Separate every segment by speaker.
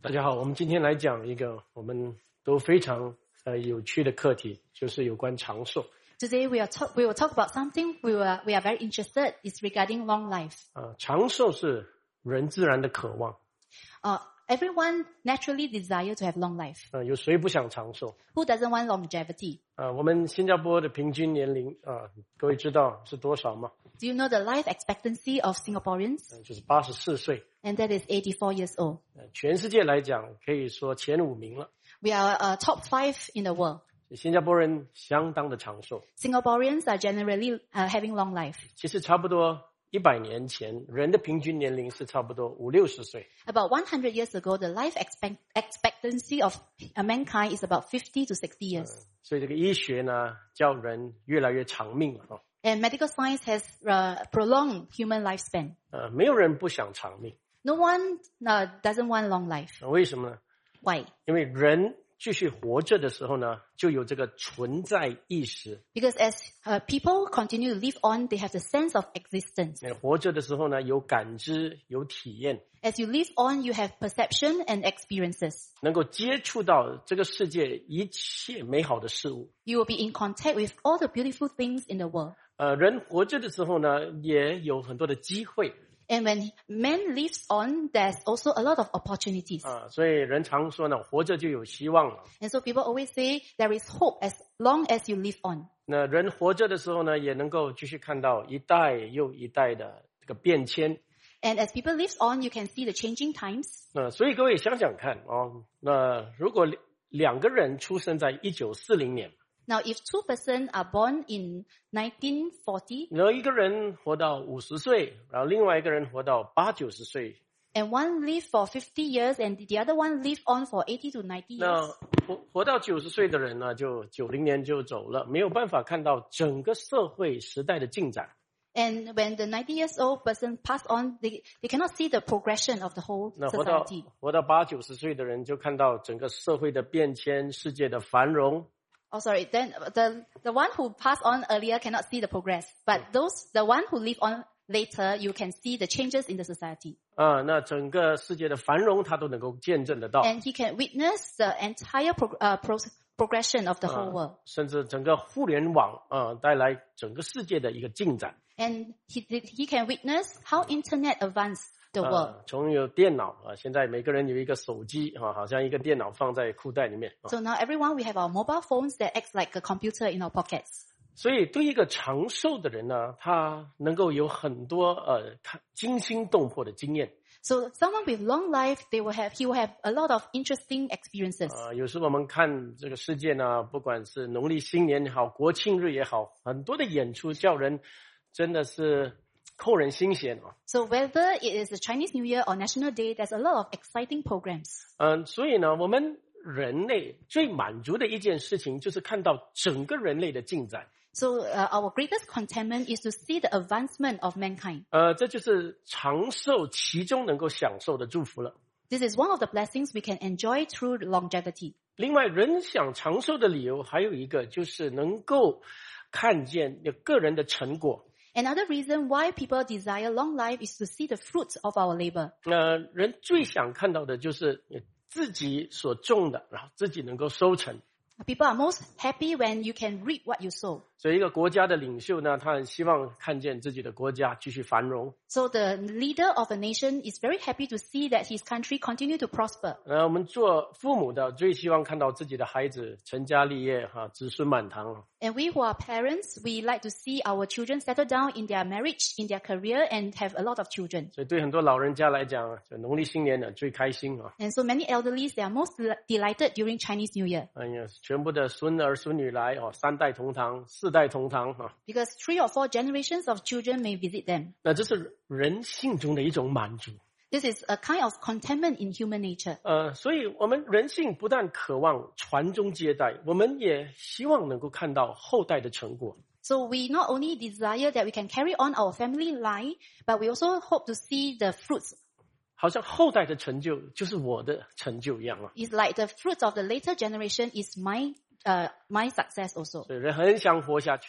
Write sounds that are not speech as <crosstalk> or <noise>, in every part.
Speaker 1: 大家好，我们今天来讲一个我们都非常呃有趣的课题，就是有关长寿
Speaker 2: Today we are talk, we will talk about something we are we are very interested. It's regarding long life.
Speaker 1: 啊、呃长寿是人自然的渴望
Speaker 2: Uh, everyone naturally desire to have long life.
Speaker 1: 啊、呃有谁不想长寿
Speaker 2: Who doesn't want longevity?
Speaker 1: 啊、呃我们新加坡的平均年龄啊、各位知道是多少吗？
Speaker 2: Do you know the life expectancy of Singaporeans?
Speaker 1: 呃就是八十四岁、
Speaker 2: And that is 84 years old.
Speaker 1: 呃全世界来讲可以说前五名了。
Speaker 2: We are uh, top five in the world.
Speaker 1: 新加坡人相当的长寿，
Speaker 2: Singaporeans are generally uh, having long life.
Speaker 1: 其实差不多一百年前，人的平均年龄是差不多五六十岁。
Speaker 2: About 100 years ago, the life expect- expectancy of uh, mankind is about 50 to 60 years.
Speaker 1: 所以这个医学呢，叫人越来越长命啊。
Speaker 2: And medical science has uh, prolonged human lifespan.
Speaker 1: 呃，没有人不想长命，
Speaker 2: No one uh, doesn't want long life.
Speaker 1: 呃为什么呢？
Speaker 2: Why?
Speaker 1: 因为人继续活着的时候呢，就有这个存在意识。
Speaker 2: Because as uh, people continue to live on, they have the sense of existence.
Speaker 1: 呃活着的时候呢，有感知，有体验，
Speaker 2: As you live on, you have perception and experiences.
Speaker 1: 能够接触到这个世界一切美好的事物。
Speaker 2: You will be in contact with all the beautiful things in the world.
Speaker 1: 呃，人活着的时候呢，也有很多的机会
Speaker 2: And when man lives on, there's also a lot of opportunities.
Speaker 1: 啊、所以人常说呢，活着就有希望了。
Speaker 2: And so people always say there is hope as long as you live on.
Speaker 1: 那人活着的时候呢，也能够继续看到一代又一代的这个变迁。
Speaker 2: And as people live on, you can see the changing times.
Speaker 1: 那呃所以各位想想看哦，那如果两两个人出生在一九四零年，
Speaker 2: Now, if two persons are born in 1940
Speaker 1: 然后一个人活到五十岁，然后另外一个人活到八九十岁，
Speaker 2: and one lived for 50 years and the other one lived on for 80 to 90 years,
Speaker 1: 那活活到九十岁的人呢，就九零年就走了，没有办法看到整个社会时代的进展。
Speaker 2: And when the 90 years old person pass on, they, they cannot see the progression of the whole
Speaker 1: 那活到
Speaker 2: society.
Speaker 1: 活到八九十岁的人，就看到整个社会的变迁、世界的繁荣。
Speaker 2: Oh, sorry. Then the, the one who pass on earlier cannot see the progress, but those, the one who live on later, you can see the changes in the society
Speaker 1: 啊、那整个世界的繁荣，他都能够见证得到，
Speaker 2: and he can witness the entire prog- uh, pro- progression of the whole world.
Speaker 1: 甚至整个互联网啊、带来整个世界的一个进展。
Speaker 2: And he, did- he can witness how internet advanced the
Speaker 1: 啊
Speaker 2: world.
Speaker 1: 从有电脑啊、现在每个人有一个手机啊，好像一个电脑放在裤袋里面啊、
Speaker 2: So now everyone, we have our mobile phones that acts like a computer in our pockets.
Speaker 1: 所以对一个长寿的人呢，他能够有很多呃看惊心动魄的经验
Speaker 2: So someone with long life, they will have, he will have a lot of interesting experiences.
Speaker 1: 啊、有时候我们看这个世界呢，不管是农历新年也好，国庆日也好，很多的演出叫人真的是扣人心弦啊。
Speaker 2: So whether it is the Chinese New Year or National Day, there's a lot of exciting programs.
Speaker 1: 嗯，所以呢，我们人类最满足的一件事情，就是看到整个人类的进展。
Speaker 2: So uh, our greatest contentment is to see the advancement of mankind.
Speaker 1: 呃，这就是长寿其中能够享受的祝福了。
Speaker 2: This is one of the blessings we can enjoy through longevity.
Speaker 1: 另外，人想长寿的理由还有一个，就是能够看见你个人的成果。
Speaker 2: Another reason why people desire long life is to see the fruits of our labor.
Speaker 1: 呃，人最想看到的就是你自己所种的，然后自己能够收成。
Speaker 2: People are most happy when you can reap what you sow.
Speaker 1: 所以，一个国家的领袖呢，他很希望看见自己的国家继续繁荣。
Speaker 2: So the leader of a nation is very happy to see that his country continue to prosper.
Speaker 1: 呃，我们做父母的最希望看到自己的孩子成家立业，哈、子孙满堂。
Speaker 2: And we who are parents, we like to see our children settle down in their marriage, in their career, and have a lot of children.
Speaker 1: 所以对很多老人家来讲，就农历新年呢最开心啊！
Speaker 2: And so many elderlies, they are most del- delighted during Chinese New Year
Speaker 1: 哎呀，全部的孙儿孙女来哦，三代同堂，四代同堂哈、
Speaker 2: because three or four generations of children may visit them.
Speaker 1: 那这是人性中的一种满足。
Speaker 2: This is a kind of contentment in human nature.
Speaker 1: 呃，所以我们人性不但渴望传宗接代，我们也希望能够看到后代的成果。
Speaker 2: So we not only desire that we can carry on our family line, but we also hope to see the fruits.
Speaker 1: 好像后代的成就就是我的成就一样啊！
Speaker 2: It's like the fruits of the later generation is my, uh, my success also.
Speaker 1: 所以人很想活下去。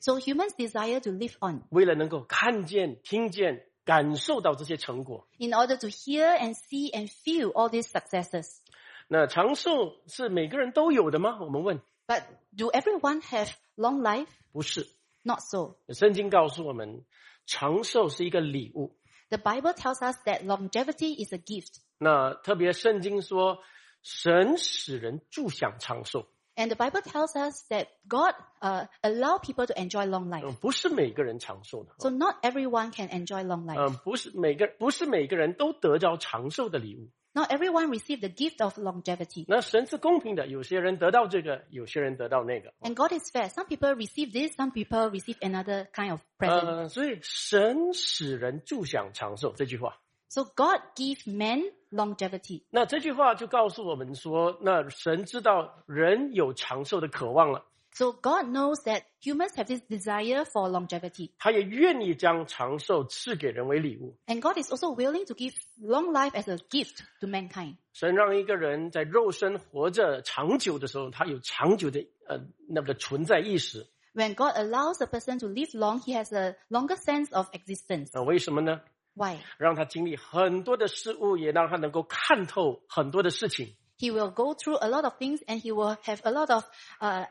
Speaker 2: So humans desire to live on.
Speaker 1: 为了能够看见、听见、感受到这些成果。
Speaker 2: in order to hear and see and feel all these successes.
Speaker 1: 那长寿是每个人都有的吗？我们问，
Speaker 2: But do everyone have long life?
Speaker 1: 不是。
Speaker 2: Not so.
Speaker 1: 圣经告诉我们，长寿是一个礼物。
Speaker 2: The Bible tells us that longevity is a gift.
Speaker 1: 那特别圣经说，神使人助享长寿，
Speaker 2: And the Bible tells us that God uh, allow people to enjoy long life.
Speaker 1: 嗯，不是每个人长寿的，
Speaker 2: So not everyone can enjoy long life.
Speaker 1: 嗯，不是每个不是每个人都得着长寿的礼物。
Speaker 2: Not everyone receive the gift of longevity.
Speaker 1: 那神是公平的，有些人得到这个，有些人得到那个。
Speaker 2: And God is fair. Some people receive this, some people receive another kind of present.
Speaker 1: 呃，所以神使人助享长寿这句话，
Speaker 2: so God gives men longevity.
Speaker 1: 那这句话就告诉我们说，那神知道人有长寿的渴望了，
Speaker 2: So God knows that humans have this desire for longevity.
Speaker 1: 他也愿意将长寿赐给人为礼物。
Speaker 2: And God is also willing to give long life as a gift to mankind.
Speaker 1: 神让一个人在肉身活着长久的时候，他有长久的呃那个存在意识。
Speaker 2: When God allows a person to live long, he has a longer sense of existence.
Speaker 1: 那、呃为什么呢？
Speaker 2: Why?
Speaker 1: 让他经历很多的事物，也让他能够看透很多的事情。
Speaker 2: He will go through a lot of things and he will have a lot of uh,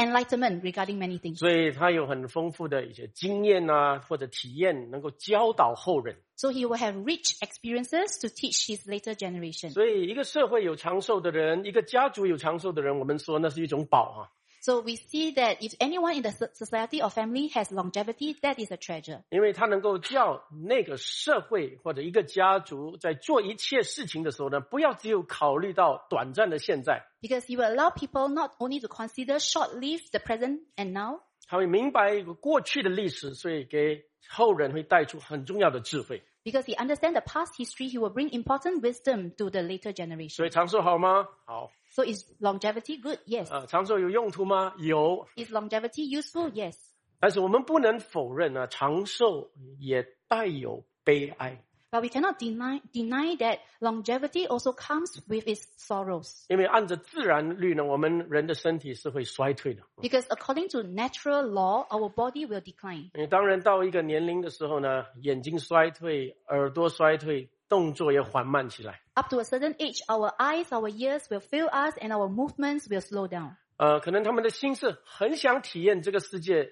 Speaker 2: enlightenment regarding many things.
Speaker 1: 所以他有很丰富的一些经验啊，或者体验，能够教导后人。
Speaker 2: So he will have rich experiences to teach his later generation.
Speaker 1: 所以，一个社会有长寿的人，一个家族有长寿的人，我们说那是一种宝啊，
Speaker 2: So we see that if anyone in the so- society or family has longevity, that is a treasure.
Speaker 1: 因为他能够叫那个社会或者一个家族在做一切事情的时候呢，不要只有考虑到短暂的现在，
Speaker 2: Because he will allow people not only to consider short-lived the present and now,
Speaker 1: 他会明白过去的历史，所以给后人会带出很重要的智慧。
Speaker 2: because he understands the past history, he will bring important wisdom to the later generation.
Speaker 1: 所以长寿好吗？好
Speaker 2: So is longevity good? Yes.
Speaker 1: 啊、呃长寿有用途吗？有。
Speaker 2: Is longevity useful? Yes.
Speaker 1: 但是我们不能否认啊，长寿也带有悲哀，
Speaker 2: But we cannot deny, deny that longevity also comes with its sorrows.
Speaker 1: 因为按着自然律呢，我们人的身体是会衰退的。
Speaker 2: Because according to natural law, our body will decline.
Speaker 1: 因为当人到一个年龄的时候呢，眼睛衰退，耳朵衰退，动作也缓慢起来。
Speaker 2: Up to a certain age, our eyes, our ears will fail us and our movements will slow down.
Speaker 1: 呃，可能他们的心是很想体验这个世界，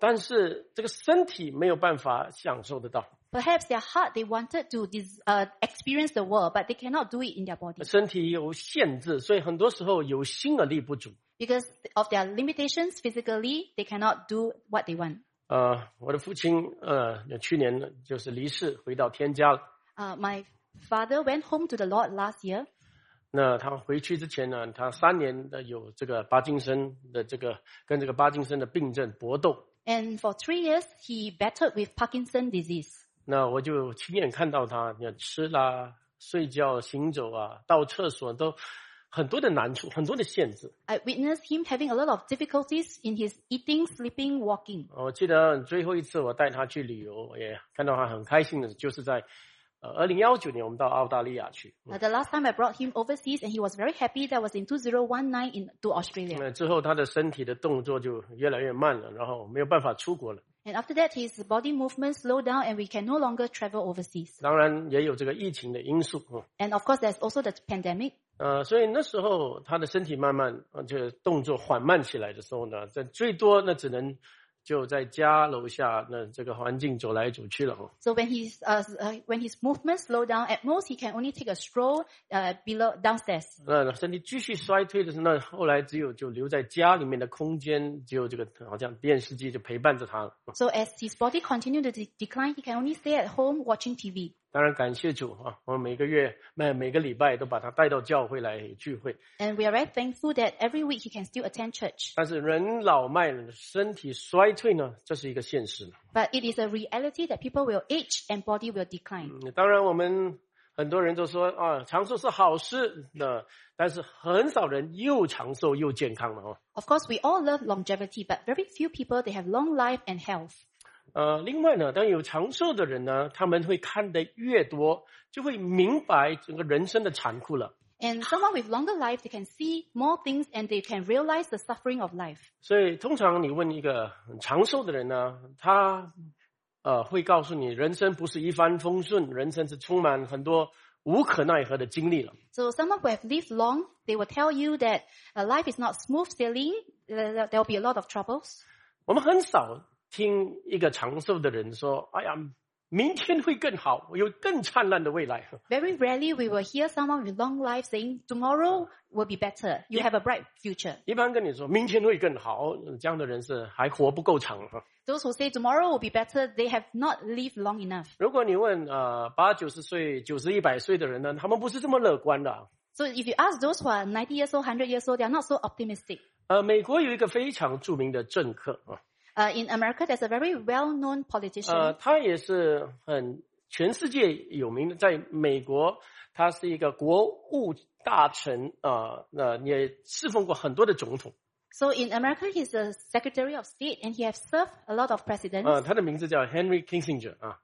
Speaker 1: 但是这个身体没有办法享受得到。
Speaker 2: Perhaps their heart, they wanted to dis- uh, experience the world, but they cannot do it in their body
Speaker 1: 身体有限制，所以很多时候有心而力不足。
Speaker 2: because of their limitations physically, they cannot do what they want.
Speaker 1: 呃，我的父亲呃，去年就是离世，回到天家了。
Speaker 2: Uh, my father went home to the Lord last year
Speaker 1: 那他回去之前呢，他三年的有这个帕金森的这个跟这个帕金森的病症搏斗。
Speaker 2: and for three years he battled with Parkinson disease.
Speaker 1: 那我就亲眼看到他，你看吃啦、睡觉、行走啊、到厕所都很多的难处，很多的限制。
Speaker 2: I witnessed him having a lot of difficulties in his eating, sleeping, walking.
Speaker 1: 我记得最后一次我带他去旅游，也看到他很开心的，就是在呃二零幺九年我们到澳大利亚去。
Speaker 2: Uh, the last time I brought him overseas and he was very happy, that was in 2019 in, to Australia.
Speaker 1: 那之后他的身体的动作就越来越慢了，然后没有办法出国了。
Speaker 2: And after that, his body movement slowed down and we can no longer travel overseas.
Speaker 1: 当然也有这个疫情的因素。嗯
Speaker 2: And of course, there's also the pandemic.
Speaker 1: 呃，所以那时候他的身体慢慢呃就动作缓慢起来的时候呢，这最多那只能就在家楼下那这个环境走来走去了哦。
Speaker 2: So when his uh, uh, when his movement slow down, at most he can only take a stroll uh, below downstairs.
Speaker 1: 那身体继续衰退的时候，那后来只有就留在家里面的空间，只有这个好像电视机就陪伴着他了。
Speaker 2: So as his body continued to de- decline, he can only stay at home watching TV.
Speaker 1: 当然感谢主啊，我们每个月每每个礼拜都把他带到教会来聚会。
Speaker 2: And we are very thankful that every week he can still attend church.
Speaker 1: 但是人老迈了，身体衰退呢，这是一个现实。
Speaker 2: But it is a reality that people will age and body will decline.
Speaker 1: 嗯，当然我们很多人都说啊，长寿是好事那但是很少人又长寿又健康了哦。
Speaker 2: Of course, we all love longevity, but very few people they have long life and health.
Speaker 1: 呃，另外呢，当有长寿的人呢，他们会看得越多，就会明白整个人生的残酷了。
Speaker 2: And someone with longer life, they can see more things and they can realize the suffering of life.
Speaker 1: 所以，通常你问一个长寿的人呢，他呃，会告诉你，人生不是一帆风顺，人生是充满很多无可奈何的经历了。
Speaker 2: So someone who have lived long, they will tell you that uh, life is not smooth sailing. There there will be a lot of troubles.
Speaker 1: 我们很少听一个长寿的人说：“哎呀，明天会更好，有更灿烂的未来。
Speaker 2: Very rarely we will hear someone with long life saying, tomorrow will be better. You have a bright future. ”
Speaker 1: 一般跟你说明天会更好，这样的人是还活不够长哈。
Speaker 2: Those who say tomorrow will be better, they have not lived long enough.
Speaker 1: 如果你问呃八九十岁、九十一百岁的人呢，他们不是这么乐观的啊。
Speaker 2: So if you ask those who are 90 years old, 100 years old, they are not so optimistic.
Speaker 1: 呃，美国有一个非常著名的政客啊，
Speaker 2: Uh, in America, there's a very well-known politician.
Speaker 1: 呃，他也是很全世界有名的，在美国，他是一个国务大臣啊，那、呃也侍奉过很多的总统。
Speaker 2: so in America, he's the Secretary of State and he has served a lot of
Speaker 1: <laughs>
Speaker 2: presidents.
Speaker 1: 呃，他的名字叫 Henry Kissinger 啊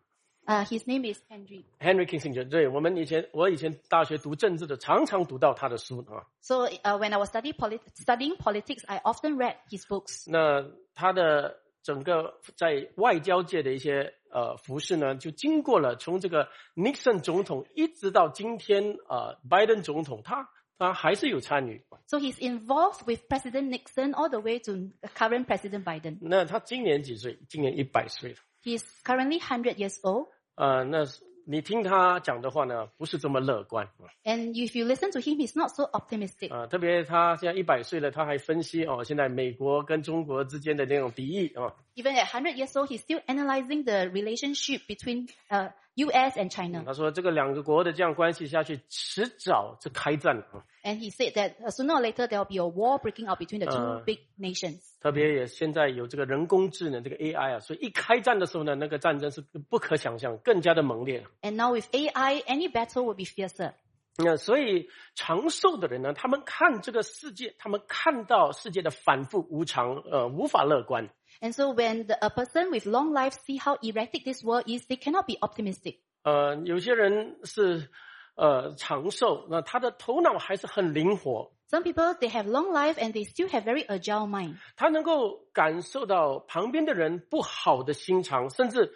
Speaker 2: Uh, his name is Henry.
Speaker 1: ，Henry Kissinger。对我们以前，我以前大学读政治的，常常读到他的书啊。
Speaker 2: So uh, when I was study polit- studying politics, I often read his books.
Speaker 1: 那他的整个在外交界的一些呃服饰呢，就经过了从这个 Nixon 总统一直到今天呃拜登总统，他他还是有参与。
Speaker 2: So he's involved with President Nixon all the way to current President Biden.
Speaker 1: 那他今年几岁？今年一百岁了。
Speaker 2: He's currently 100 years old.
Speaker 1: 呃，那是你听他讲的话呢，不是这么乐观啊、
Speaker 2: And if you listen to him, he's not so optimistic.
Speaker 1: 呃特别他现在一百岁了，他还分析哦，现在美国跟中国之间的那种敌意啊、哦
Speaker 2: Even at 100 years old, he's still analyzing the relationship between uh, US and China.
Speaker 1: 他说这个两个国的这样关系下去，迟早是开战的啊、
Speaker 2: And he said that uh, sooner or later, there will be a war breaking out between the two
Speaker 1: Uh.
Speaker 2: big nations.
Speaker 1: 特别也现在有这个人工智能这个 AI 啊，所以一开战的时候呢，那个战争是不可想象，更加的猛烈。
Speaker 2: And now with AI, any battle will be fiercer.
Speaker 1: 那所以长寿的人呢，他们看这个世界，他们看到世界的反复无常，呃，无法乐观。
Speaker 2: And so when the, a person with long life see how erratic this world is, they cannot be optimistic.
Speaker 1: 呃，有些人是呃长寿，那他的头脑还是很灵活，
Speaker 2: Some people, they have long life and they still have very agile mind.
Speaker 1: 他能够感受到旁边的人不好的心肠，甚至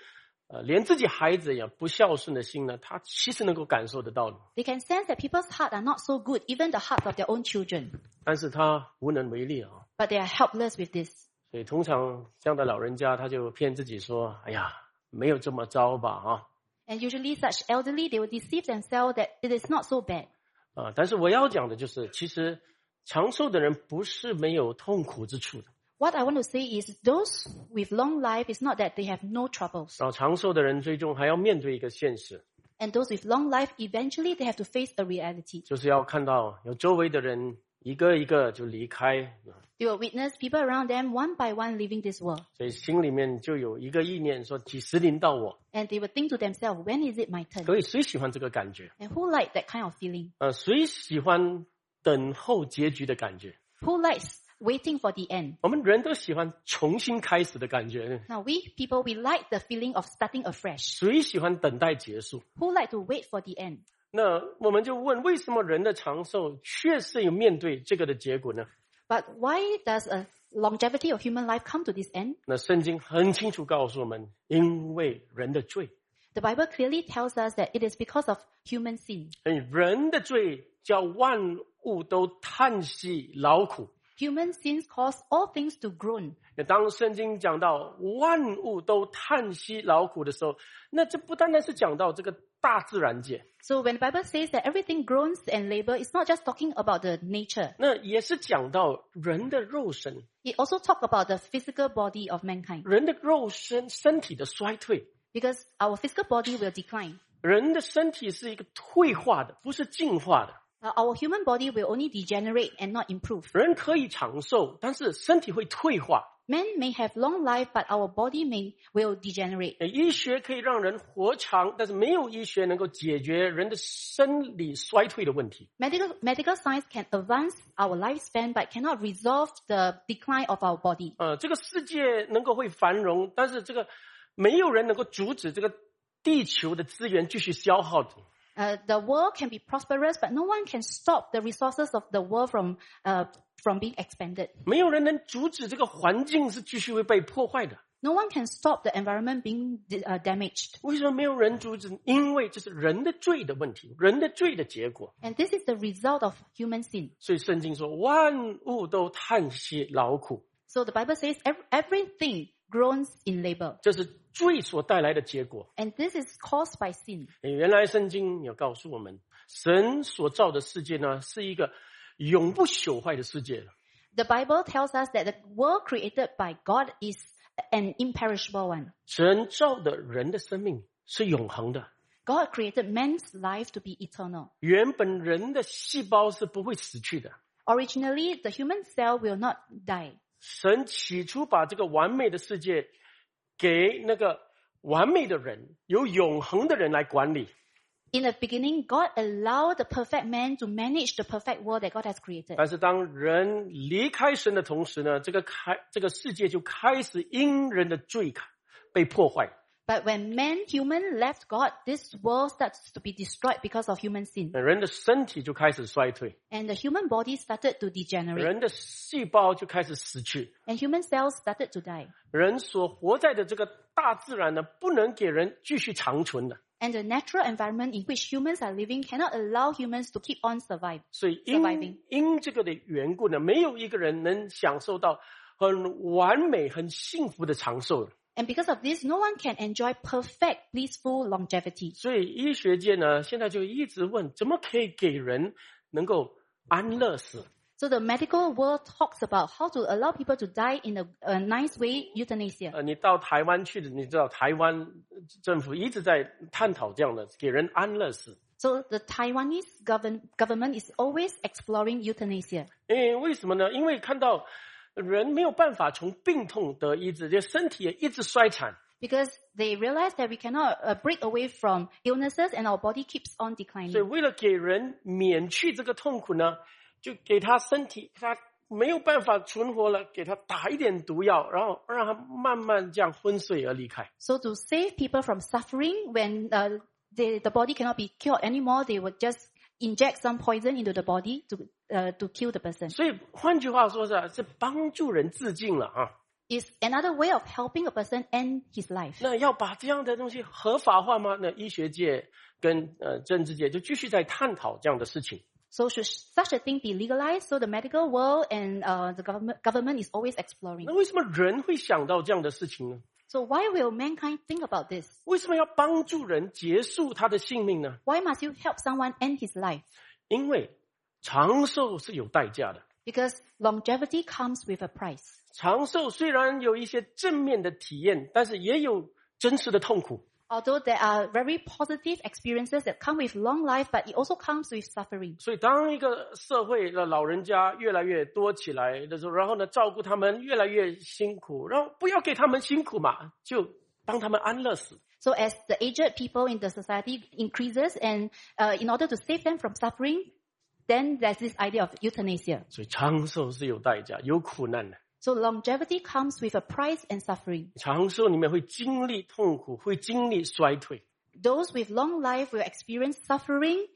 Speaker 1: 呃连自己孩子也不孝顺的心呢，他其实能够感受得到的，
Speaker 2: They can sense that people's hearts are not so good, even the hearts of their own children.
Speaker 1: 但是他无能为力啊。
Speaker 2: But they are helpless with this.
Speaker 1: 所以通常这样的老人家，他就骗自己说：“哎呀，没有这么糟吧？”啊
Speaker 2: And usually such elderly, they will deceive themselves that it is not so bad.
Speaker 1: 啊！但是我要讲的就是，其实长寿的人不是没有痛苦之处的。
Speaker 2: What I want to say is those with long life, it's not that they have no troubles.
Speaker 1: 然后啊长寿的人最终还要面对一个现实，
Speaker 2: And those with long life, eventually they have to face a reality.
Speaker 1: 就是要看到有周围的人一个一个就离开，
Speaker 2: They will witness people around them one by one leaving this world.
Speaker 1: 所以心里面就有一个意念说：“几时临到我
Speaker 2: And they will think to themselves, when is it my？”turn?
Speaker 1: 所以谁喜欢这个感觉？
Speaker 2: And who like that kind of feeling?
Speaker 1: 呃，谁喜欢等候结局的感觉？
Speaker 2: Who likes waiting for the end?
Speaker 1: 我们人都喜欢重新开始的感觉。
Speaker 2: Now we people, we like the feeling of starting afresh.
Speaker 1: 谁喜欢等待结束？
Speaker 2: Who like to wait for the end?
Speaker 1: 那我们就问，为什么人的长寿确实有面对这个的结果呢？
Speaker 2: But why does a longevity of human life come to this end?
Speaker 1: 那圣经很清楚告诉我们，因为人的罪，
Speaker 2: The Bible clearly tells us that it is because of human sin.
Speaker 1: 所以人的罪叫万物都叹息劳苦。
Speaker 2: Human sins cause all things to groan.
Speaker 1: 那当圣经讲到万物都叹息劳苦的时候，那这不单单是讲到这个大自然界，
Speaker 2: So when the Bible says that everything groans and labor, it's not just talking about the nature.
Speaker 1: 那也是讲到人的肉身，
Speaker 2: It also talks about the physical body of mankind.
Speaker 1: 人的肉身身体的衰退，
Speaker 2: Because our physical body will decline.
Speaker 1: 人的身体是一个退化的，不是进化的。
Speaker 2: Uh, our human body will only degenerate and not improve.
Speaker 1: 人可以长寿，但是身体会退化。
Speaker 2: Men may have long life, but our body may will degenerate.
Speaker 1: 呃医学可以让人活长，但是没有医学能够解决人的生理衰退的问题。
Speaker 2: Medical, medical science can advance our lifespan, but cannot resolve the decline of our body.
Speaker 1: 呃，这个世界能够会繁荣，但是这个没有人能够阻止这个地球的资源继续消耗的。
Speaker 2: Uh, the world can be prosperous, but no one can stop the resources of the world from uh, from being expanded.
Speaker 1: 没有人能阻止这个环境是继续会被破坏的。
Speaker 2: No one can stop the environment being d- uh, damaged.
Speaker 1: 为什么没有人阻止？因为这是人的罪的问题，人的罪的结果。
Speaker 2: And this is the result of human sin.
Speaker 1: 所以圣经说，万物都叹息劳苦，
Speaker 2: So the Bible says "Ev- everything groans in labor.
Speaker 1: 这是罪所带来的结果。
Speaker 2: And this is caused by sin.
Speaker 1: 原来圣经有告诉我们，神所造的世界呢，是一个永不朽坏的世界。
Speaker 2: The Bible tells us that the world created by God is an imperishable one.
Speaker 1: 神造的人的生命是永恒的，
Speaker 2: God created man's life to be eternal.
Speaker 1: 原本人的细胞是不会死去的。
Speaker 2: Originally, the human cell will not die.
Speaker 1: 神起初把这个完美的世界给那个完美的人，有永恒的人来管理。
Speaker 2: In the beginning, God allowed the perfect man to manage the perfect world that God has created.
Speaker 1: 但是当人离开神的同时呢，这个开这个世界就开始因人的罪开被破坏。
Speaker 2: But when man, human left God, this world starts to be destroyed because of human sin.
Speaker 1: 人的身体就开始衰退，
Speaker 2: And the human body started to degenerate.
Speaker 1: 人的细胞就开始死去，
Speaker 2: And human cells started to die.
Speaker 1: 人所活在的这个大自然呢，不能给人继续长存的。
Speaker 2: And the natural environment in which humans are living cannot allow humans to keep on surviving.
Speaker 1: 所以因
Speaker 2: Surviving
Speaker 1: 因这个的缘故呢，没有一个人能享受到很完美、很幸福的长寿了。
Speaker 2: And because of this, no one can enjoy perfect, blissful longevity.
Speaker 1: 所以医学界呢，现在就一直问，怎么可以给人能够安乐死？
Speaker 2: So the medical world talks about how to allow people to die in a, a nice way, euthanasia.
Speaker 1: 呃，你到台湾去的，你知道台湾政府一直在探讨这样的给人安乐死。
Speaker 2: So the Taiwanese govern, government is always exploring euthanasia
Speaker 1: 因为为什么呢？因为看到人没有办法从病痛得医治，这身体也一直衰残，
Speaker 2: because they realize that we cannot uh, break away from illnesses and our body keeps on
Speaker 1: 所以
Speaker 2: declining.
Speaker 1: 为了给人免去这个痛苦呢，就给他身体他没有办法存活了，给他打一点毒药，然后让他慢慢这样昏睡而离开。
Speaker 2: So to save people from suffering when uh, they, the body cannot be cured anymore, they would just inject some poison into the body to, uh, to kill the person.
Speaker 1: 所以换句话说是啊是帮助人自尽了啊。
Speaker 2: It's another way of helping a person end his life.
Speaker 1: 那要把这样的东西合法化吗？那医学界跟呃政治界就继续在探讨这样的事情。
Speaker 2: So should such a thing be legalized? So the medical world and uh, the government, government is always exploring.
Speaker 1: 那为什么人会想到这样的事情呢？
Speaker 2: So why will mankind think about this?
Speaker 1: 为什么要帮助人结束他的性命呢？
Speaker 2: Why must you help someone end his life?
Speaker 1: 因为长寿是有代价的。
Speaker 2: Because longevity comes with a price.
Speaker 1: 长寿虽然有一些正面的体验，但是也有真实的痛苦。
Speaker 2: Although there are very positive experiences that come with long life, but it also comes with suffering.
Speaker 1: 所以，当一个社会的老人家越来越多起来的时候，然后呢，照顾他们越来越辛苦，然后不要给他们辛苦嘛，就帮他们安乐死。
Speaker 2: So as the aged people in the society increases and uh, in order to save them from suffering, then there's this idea of euthanasia.
Speaker 1: 所以长寿是有代价、有苦难的。
Speaker 2: So longevity comes with a price and suffering.
Speaker 1: 长寿里面会经历痛苦，会经历衰退。
Speaker 2: Those with long life will experience suffering.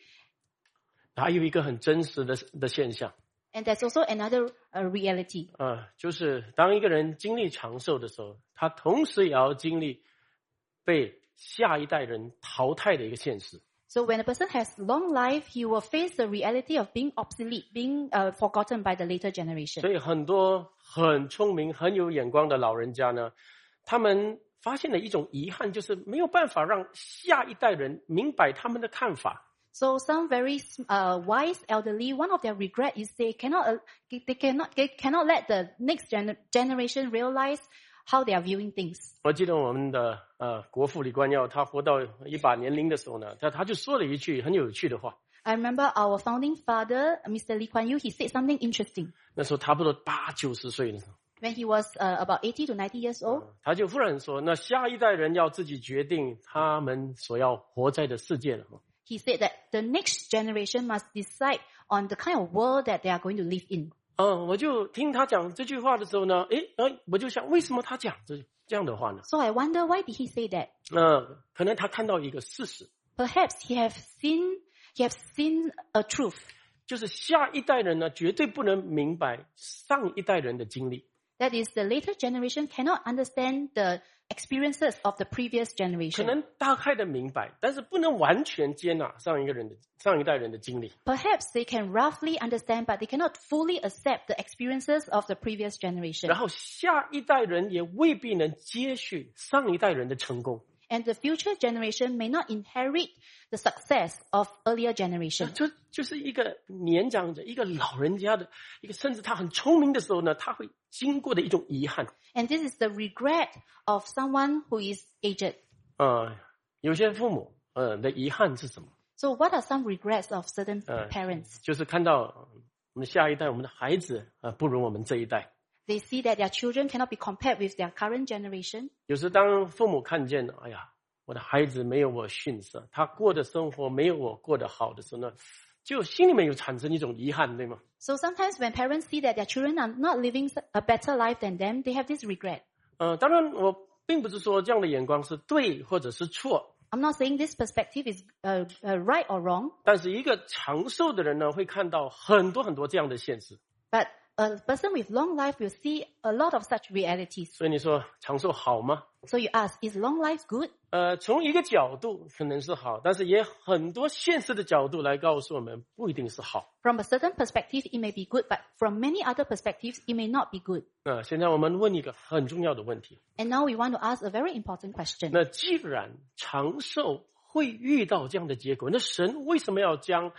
Speaker 1: 还有一个很真实的的现象
Speaker 2: And there's also another uh, reality.
Speaker 1: 啊、呃就是当一个人经历长寿的时候，他同时也要经历被下一代人淘汰的一个现实。
Speaker 2: So when a person has long life, he will face the reality of being obsolete, being uh, forgotten by the later generation.
Speaker 1: 所以很多很聪明、很有眼光的老人家呢，他们发现了一种遗憾，就是没有办法让下一代人明白他们的看法。
Speaker 2: So some very uh, wise elderly, one of their regret is they cannot, uh, they cannot, they cannot let the next gen- generation realize how they are viewing things.
Speaker 1: 我记得我们的呃国父李光耀，他活到一把年龄的时候呢，他他就说了一句很有趣的话。
Speaker 2: I remember our founding father, Mr. Lee Kuan Yew, he said something interesting.
Speaker 1: 那时候差不多八九十岁的时候，
Speaker 2: When he was uh, about 80 to 90 years old,
Speaker 1: 他就忽然说：“那下一代人要自己决定他们所要活在的世界了。
Speaker 2: he said that the next generation must decide on the kind of world that they are going to live in. ”
Speaker 1: 嗯，我就听他讲这句话的时候呢，诶，呃，我就想，为什么他讲这这样的话呢？
Speaker 2: So I wonder why did he say that?
Speaker 1: 那、可能他看到一个事实，
Speaker 2: Perhaps he have seen he have seen a truth
Speaker 1: 就是下一代人呢，绝对不能明白上一代人的经历。
Speaker 2: That is, the later generation cannot understand the experiences of the previous
Speaker 1: 可
Speaker 2: generation.
Speaker 1: 能大概的明白，但是不能完全接纳上一个人的上一代人的经历。
Speaker 2: Perhaps they can roughly understand, but they cannot fully accept the experiences of the previous generation.
Speaker 1: 然后下一代人也未必能接续上一代人的成功，
Speaker 2: And the future generation may not inherit the success of earlier
Speaker 1: 这
Speaker 2: generation.
Speaker 1: 就就是一个年长者、一个老人家的一个，甚至他很聪明的时候呢，他会经过的一种遗憾。
Speaker 2: And this is the regret of someone who is aged.
Speaker 1: 呃，有些父母呃的遗憾是什么？
Speaker 2: So what are some regrets of certain
Speaker 1: Uh,
Speaker 2: parents?
Speaker 1: 就是看到呃我们下一代，我们的孩子啊、呃不如我们这一代。
Speaker 2: They see that their children cannot be compared with their current generation.
Speaker 1: 有时当父母看见了，哎呀，我的孩子没有我逊色，他过的生活没有我过得好的时候呢，就心里面有产生一种遗憾，对吗？
Speaker 2: So sometimes when parents see that their children are not living s- a better life than them, they have this regret.
Speaker 1: 呃，当然我并不是说这样的眼光是对或者是错，
Speaker 2: I'm not saying this perspective is uh, uh, right or wrong,
Speaker 1: 但是一个长寿的人呢，会看到很多很多这样的现实。
Speaker 2: but a person with long life will see a lot of such realities.
Speaker 1: 所以你说长寿好吗？
Speaker 2: So you ask, is long life good?
Speaker 1: 呃，从一个角度可能是好，但是也很多现实的角度来告诉我们，不一定是好。
Speaker 2: From a certain perspective, it may be good, but from many other perspectives, it may not be good.
Speaker 1: 那现在我们问一个很重要的问题：
Speaker 2: And now we want to ask a very important question.
Speaker 1: 那既然长寿会遇到这样的结果，那神为什么要将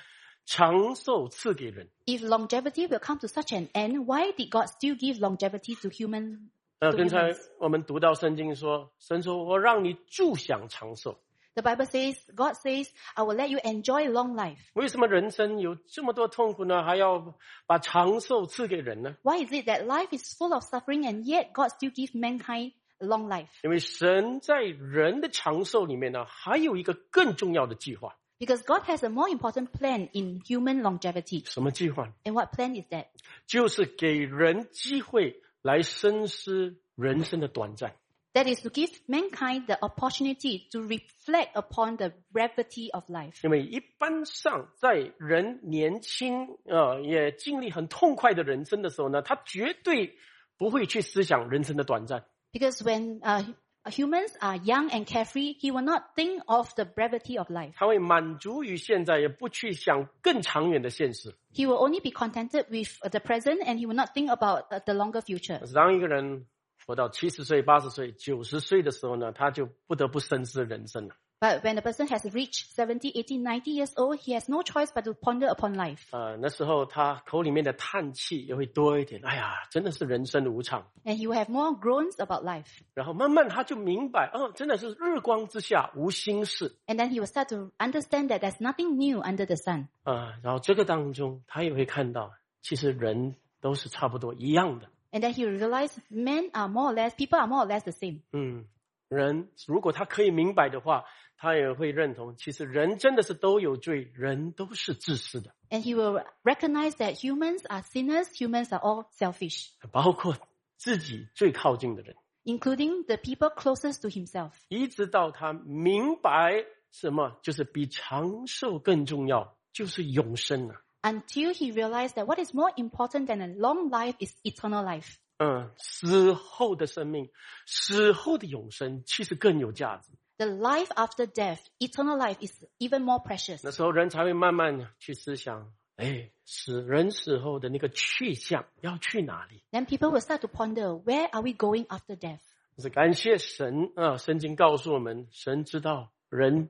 Speaker 1: 长寿赐给人？
Speaker 2: If longevity will come to such an end, why did God still give longevity to human?
Speaker 1: 呃，
Speaker 2: 对
Speaker 1: 刚才
Speaker 2: 对
Speaker 1: 我们读到圣经说，神说我让你住享长寿。
Speaker 2: The Bible says, God says, I will let you enjoy long life.
Speaker 1: 为什么人生有这么多痛苦呢？还要把长寿赐给人呢？
Speaker 2: Why is it that life is full of suffering and yet God still gives mankind long life?
Speaker 1: 因为神在人的长寿里面呢，还有一个更重要的计划。
Speaker 2: Because God has a more important plan in human longevity.
Speaker 1: 什么计划呢？
Speaker 2: And what plan is that?
Speaker 1: 就是给人机会来深思人生的短暂。
Speaker 2: That is to give mankind the opportunity to reflect upon the brevity of life.
Speaker 1: 因为一般上，在人年轻呃也经历很痛快的人生的时候呢，他绝对不会去思想人生的短暂。
Speaker 2: Because when uh, humans are young and carefree, he will not think of the brevity of life.
Speaker 1: 他会满足于现在，也不去想更长远的现实。
Speaker 2: He will only be contented with uh, the present and he will not think about uh, the longer future.
Speaker 1: 但是当一个人活到七十岁、八十岁、九十岁的时候呢，他就不得不深思人生啊了。
Speaker 2: But when a person has reached 70, 80, 90 years old, he has no choice but to ponder upon life.
Speaker 1: 呃，那时候他口里面的叹气也会多一点。哎呀，真的是人生无常。
Speaker 2: And he will have more groans about life.
Speaker 1: 然后慢慢他就明白，哦，真的是日光之下无心事
Speaker 2: And then he will start to understand that there's nothing new under the sun.
Speaker 1: 啊、呃然后这个当中，他也会看到，其实人都是差不多一样的。
Speaker 2: And then he will realize men are more or less, people are more or less the same.
Speaker 1: 嗯，人如果他可以明白的话，他也会认同，其实人真的是都有罪，人都是自私的，
Speaker 2: And he will recognize that humans are sinners, humans are all selfish,
Speaker 1: 包括自己最靠近的人，
Speaker 2: including the people closest to himself.
Speaker 1: 一直到他明白什么，就是比长寿更重要，就是永生啊。
Speaker 2: Until he realized that what is more important than a long life is eternal life.
Speaker 1: 嗯，死后的生命，死后的永生，其实更有价值。
Speaker 2: The life after death, eternal life is even more precious.
Speaker 1: 那时候人才会慢慢去思想，哎，死人死后的那个去向要去哪里？
Speaker 2: Then people will start to ponder, where are we going after death?
Speaker 1: 就是感谢神啊，圣经告诉我们，神知道人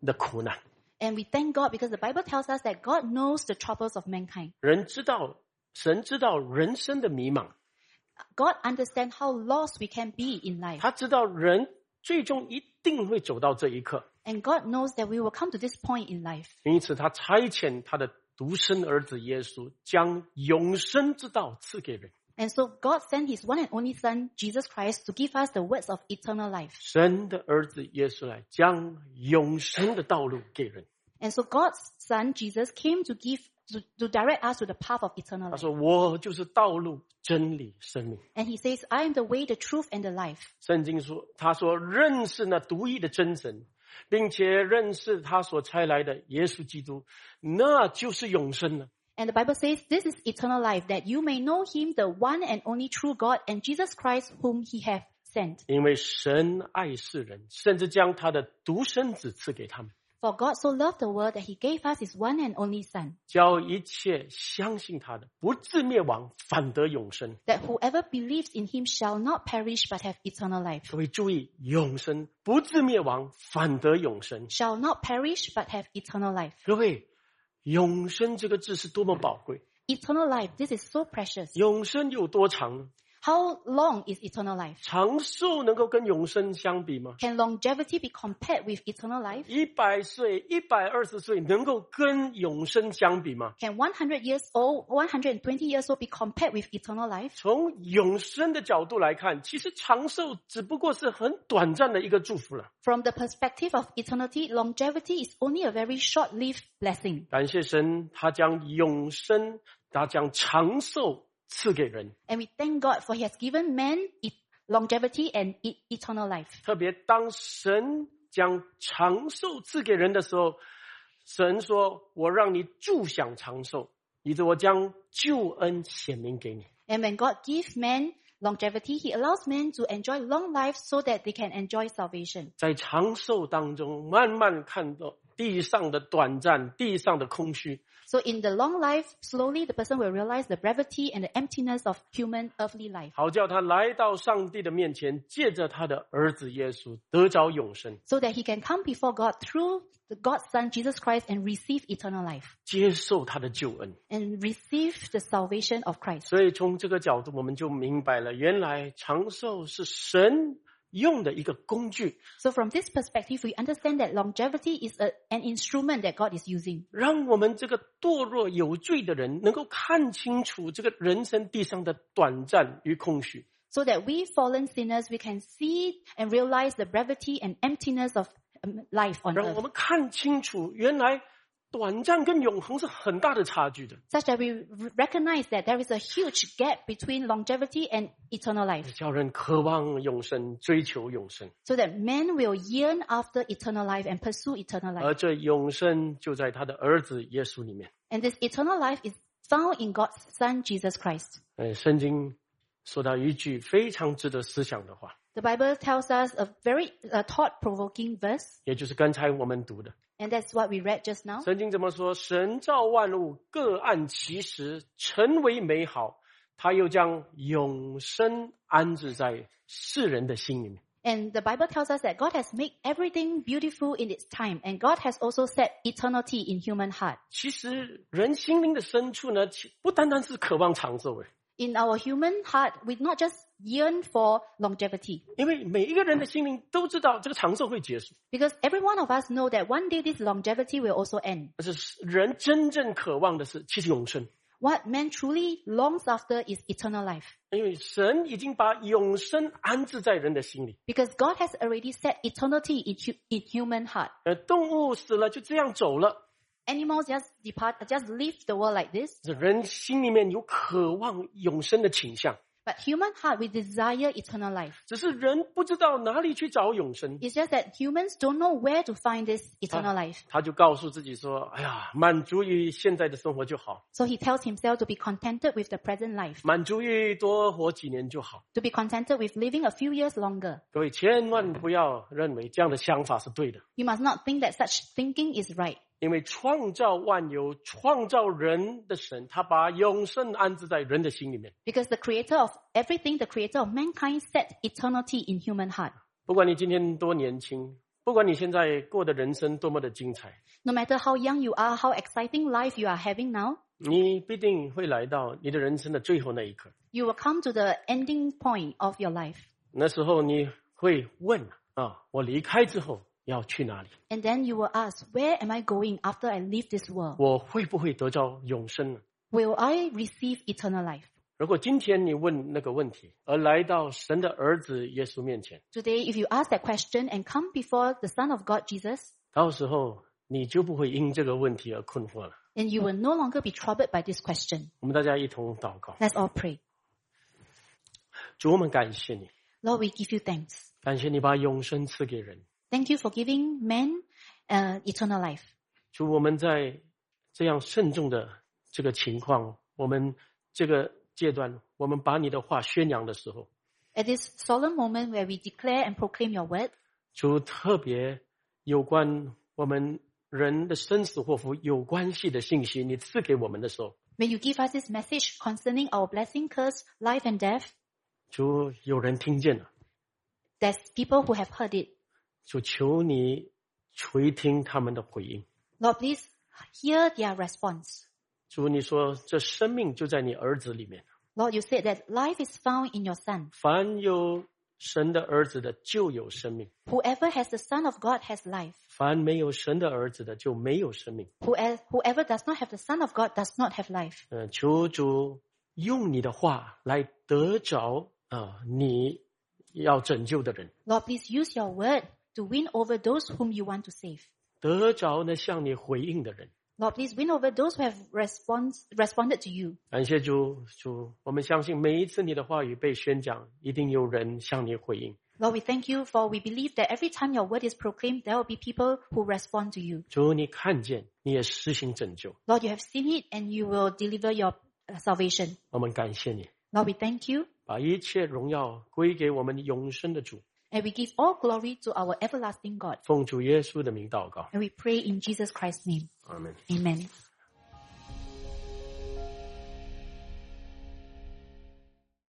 Speaker 1: 的苦难，
Speaker 2: And we thank God because the Bible tells us that God knows the troubles of mankind.
Speaker 1: 人知道，神知道人生的迷茫，
Speaker 2: God understands how lost we can be in life.
Speaker 1: 他知道人最终一定会走到这一刻，
Speaker 2: And God knows that we will come to this point in life.
Speaker 1: 因此他差遣他的独生儿子耶稣，将永生之道赐给人。
Speaker 2: And so God sent his one and only son, Jesus Christ, to give us the words of eternal life.
Speaker 1: 神的儿子耶稣来将永生的道路给人。
Speaker 2: And so God's son, Jesus, came to give, to, to direct us to the path of eternal
Speaker 1: 他
Speaker 2: life.
Speaker 1: 说：“我就是道路、真理、生命。
Speaker 2: And he says, I am the way, the truth, and the life. ”
Speaker 1: 圣经说：“他说认识那独一的真神，并且认识他所差来的耶稣基督，那就是永生了。
Speaker 2: And the Bible says, this is eternal life, that you may know him, the one and only true God, and Jesus Christ, whom he hath sent.
Speaker 1: 因为神爱世人，甚至将他的独生子赐给他们，
Speaker 2: For God so loved the world that he gave us his one and only son,
Speaker 1: 叫一切相信他的不至灭亡，反得永生。
Speaker 2: that whoever believes in him shall not perish but have eternal life.
Speaker 1: 各位注意，永生不至灭亡，反得永生。
Speaker 2: Shall not perish but have eternal life.
Speaker 1: 各位，永生这个字是多么宝贵！
Speaker 2: Eternal life, this is so precious.
Speaker 1: 永生有多长呢？
Speaker 2: How long is eternal life?
Speaker 1: 长寿能够跟永生相比吗？
Speaker 2: Can longevity be compared with eternal life?
Speaker 1: 一百岁、一百二十岁能够跟永生相比吗？
Speaker 2: Can 100 years old, 120 years old be compared with eternal life?
Speaker 1: 从永生的角度来看，其实长寿只不过是很短暂的一个祝福了。
Speaker 2: From the perspective of eternity, longevity is only a very short-lived blessing.
Speaker 1: 感谢神，他将永生，他将长寿赐给人。
Speaker 2: And we thank God for he has given man e- longevity and e- eternal life.
Speaker 1: 特别当神将长寿赐给人的时候，神说：“我让你助享长寿，以致我将救恩显明给你。
Speaker 2: And when God gives man longevity, he allows men to enjoy long life so that they can enjoy salvation. ”
Speaker 1: 在长寿当中，慢慢看到地上的短暂，地上的空虚，
Speaker 2: So in the long life, slowly the person will realize the brevity and the emptiness of human earthly life.
Speaker 1: 好叫他来到上帝的面前，借着他的儿子耶稣得着永生，
Speaker 2: So that he can come before God through the God's Son Jesus Christ and receive eternal life.
Speaker 1: 接受他的救恩。
Speaker 2: and receive the salvation of Christ.
Speaker 1: 所以从这个角度，我们就明白了，原来长寿是神用的一个工具，
Speaker 2: So from this perspective, we understand that longevity is a, an instrument that God is using
Speaker 1: 让我们这个堕落有罪的人能够看清楚这个人生地上的短暂与空虚。
Speaker 2: so that we fallen sinners, we can see and realize the brevity and emptiness of um, life on
Speaker 1: 让我
Speaker 2: earth
Speaker 1: 们看清楚，原来短暂跟永恒是很大的差距的。
Speaker 2: such that we r- recognize that there is a huge gap between longevity and eternal life
Speaker 1: 叫人渴望永生，追求永生，
Speaker 2: so that man will yearn after eternal life and pursue eternal life.
Speaker 1: 而这永生就在他的儿子耶稣里面。
Speaker 2: And this eternal life is found in God's son, Jesus Christ.
Speaker 1: 呃，圣经说到一句非常值得思想的话，
Speaker 2: The Bible tells us a very uh, thought provoking verse
Speaker 1: 也就是刚才我们读的。
Speaker 2: And that's what we read just now.
Speaker 1: 圣经怎么说？神造万物，各按其时，成为美好。他又将永生安置在世人的心里面。
Speaker 2: And the Bible tells us that God has made everything beautiful in its time, and God has also set eternity in human heart.
Speaker 1: 其实，人心灵的深处呢，其不单单是渴望长寿，诶，
Speaker 2: In our human heart, we not just yearn for longevity,
Speaker 1: 因为每一个人的心灵都知道这个长寿会结束，
Speaker 2: because every one of us know that one day this longevity will also end.
Speaker 1: 但是人真正渴望的是其实永生，
Speaker 2: What man truly longs after is eternal life,
Speaker 1: 因为神已经把永生安置在人的心里。
Speaker 2: because God has already set eternity in, hu- in human heart.
Speaker 1: 呃，动物死了就这样走了，
Speaker 2: Animals just depart, just leave the world like this,
Speaker 1: 这人心里面有渴望永生的倾向。
Speaker 2: but human heart, we desire eternal life.
Speaker 1: 只是人不知道哪里去找永生，
Speaker 2: It's just that humans don't know where to find this eternal
Speaker 1: Ah.
Speaker 2: life.
Speaker 1: 他就告诉自己说：“哎呀，满足于现在的生活就好，
Speaker 2: So he tells himself to be contented with the present life,
Speaker 1: 满足于多活几年就好。
Speaker 2: to be contented with living a few years longer. ”
Speaker 1: 各位千万不要认为这样的想法是对的，
Speaker 2: You must not think that such thinking is right,
Speaker 1: 因为创造万有、创造人的神，他把永生安置在人的心里面。
Speaker 2: because the creator of everything, the creator of mankind, set eternity in human heart.
Speaker 1: 不管你今天多年轻，不管你现在过的人生多么的精彩，
Speaker 2: No matter how young you are, how exciting life you are having now,
Speaker 1: 你必定会来到你的人生的最后那一刻。
Speaker 2: you will come to the ending point of your life.
Speaker 1: 那时候你会问啊，我离开之后要去哪里？
Speaker 2: And then you will ask, where am I going after I leave this world?
Speaker 1: 我会不会得着永生呢？
Speaker 2: Will I receive eternal life?
Speaker 1: 如果今天你问那个问题，而来到神的儿子耶稣面前，
Speaker 2: Today, if you ask that question and come before the Son of God Jesus,
Speaker 1: 到时候你就不会因这个问题而困惑了。
Speaker 2: and you will no longer be troubled by this question.
Speaker 1: 我们大家一同祷告，
Speaker 2: Let's all pray.
Speaker 1: 主，我们感谢你，
Speaker 2: Lord, we give you thanks.
Speaker 1: 感谢你把永生赐给人。
Speaker 2: Thank you for giving man uh, eternal life.
Speaker 1: 主，我们在这样慎重的这个情况，我们这个阶段，我们把你的话宣扬的时候，
Speaker 2: At this solemn moment where we declare and proclaim your word,
Speaker 1: 主特别有关我们人的生死祸福有关系的信息，你赐给我们的时候，
Speaker 2: may you give us this message concerning our blessing, curse, life and death.
Speaker 1: 主有人听见了，
Speaker 2: There's people who have heard it.
Speaker 1: 主求你垂听他们的回应。
Speaker 2: Lord, please hear their response.
Speaker 1: 主，你说这生命就在你儿子里面，
Speaker 2: Lord, you said that life is found in your son.
Speaker 1: 凡有神的儿子的就有生命，
Speaker 2: Whoever has the son of God has life.
Speaker 1: 凡没有神的儿子的就没有生命。
Speaker 2: Whoe- Whoever does not have the son of God does not have life.
Speaker 1: 呃，求主用你的话来得着啊、你要拯救的人，
Speaker 2: Lord, please use your word to win over those whom you want to save.
Speaker 1: 得着呢向你回应的人。
Speaker 2: Lord, please win over those who have response, responded to you.
Speaker 1: 感谢主，主，我们相信每一次你的话语被宣讲，一定有人向你回应。
Speaker 2: Lord, we thank you for we believe that every time your word is proclaimed, there will be people who respond to you.
Speaker 1: 主，你看见，你也施行拯救，
Speaker 2: Lord, you have seen it and you will deliver your uh, salvation.
Speaker 1: 我们感谢你，
Speaker 2: Lord, we thank you
Speaker 1: 把一切荣耀归给我们永生的主。
Speaker 2: and we give all glory to our everlasting God.
Speaker 1: 奉主耶稣的名祷告，
Speaker 2: And we pray in Jesus Christ's name.
Speaker 1: 阿门。
Speaker 2: Amen.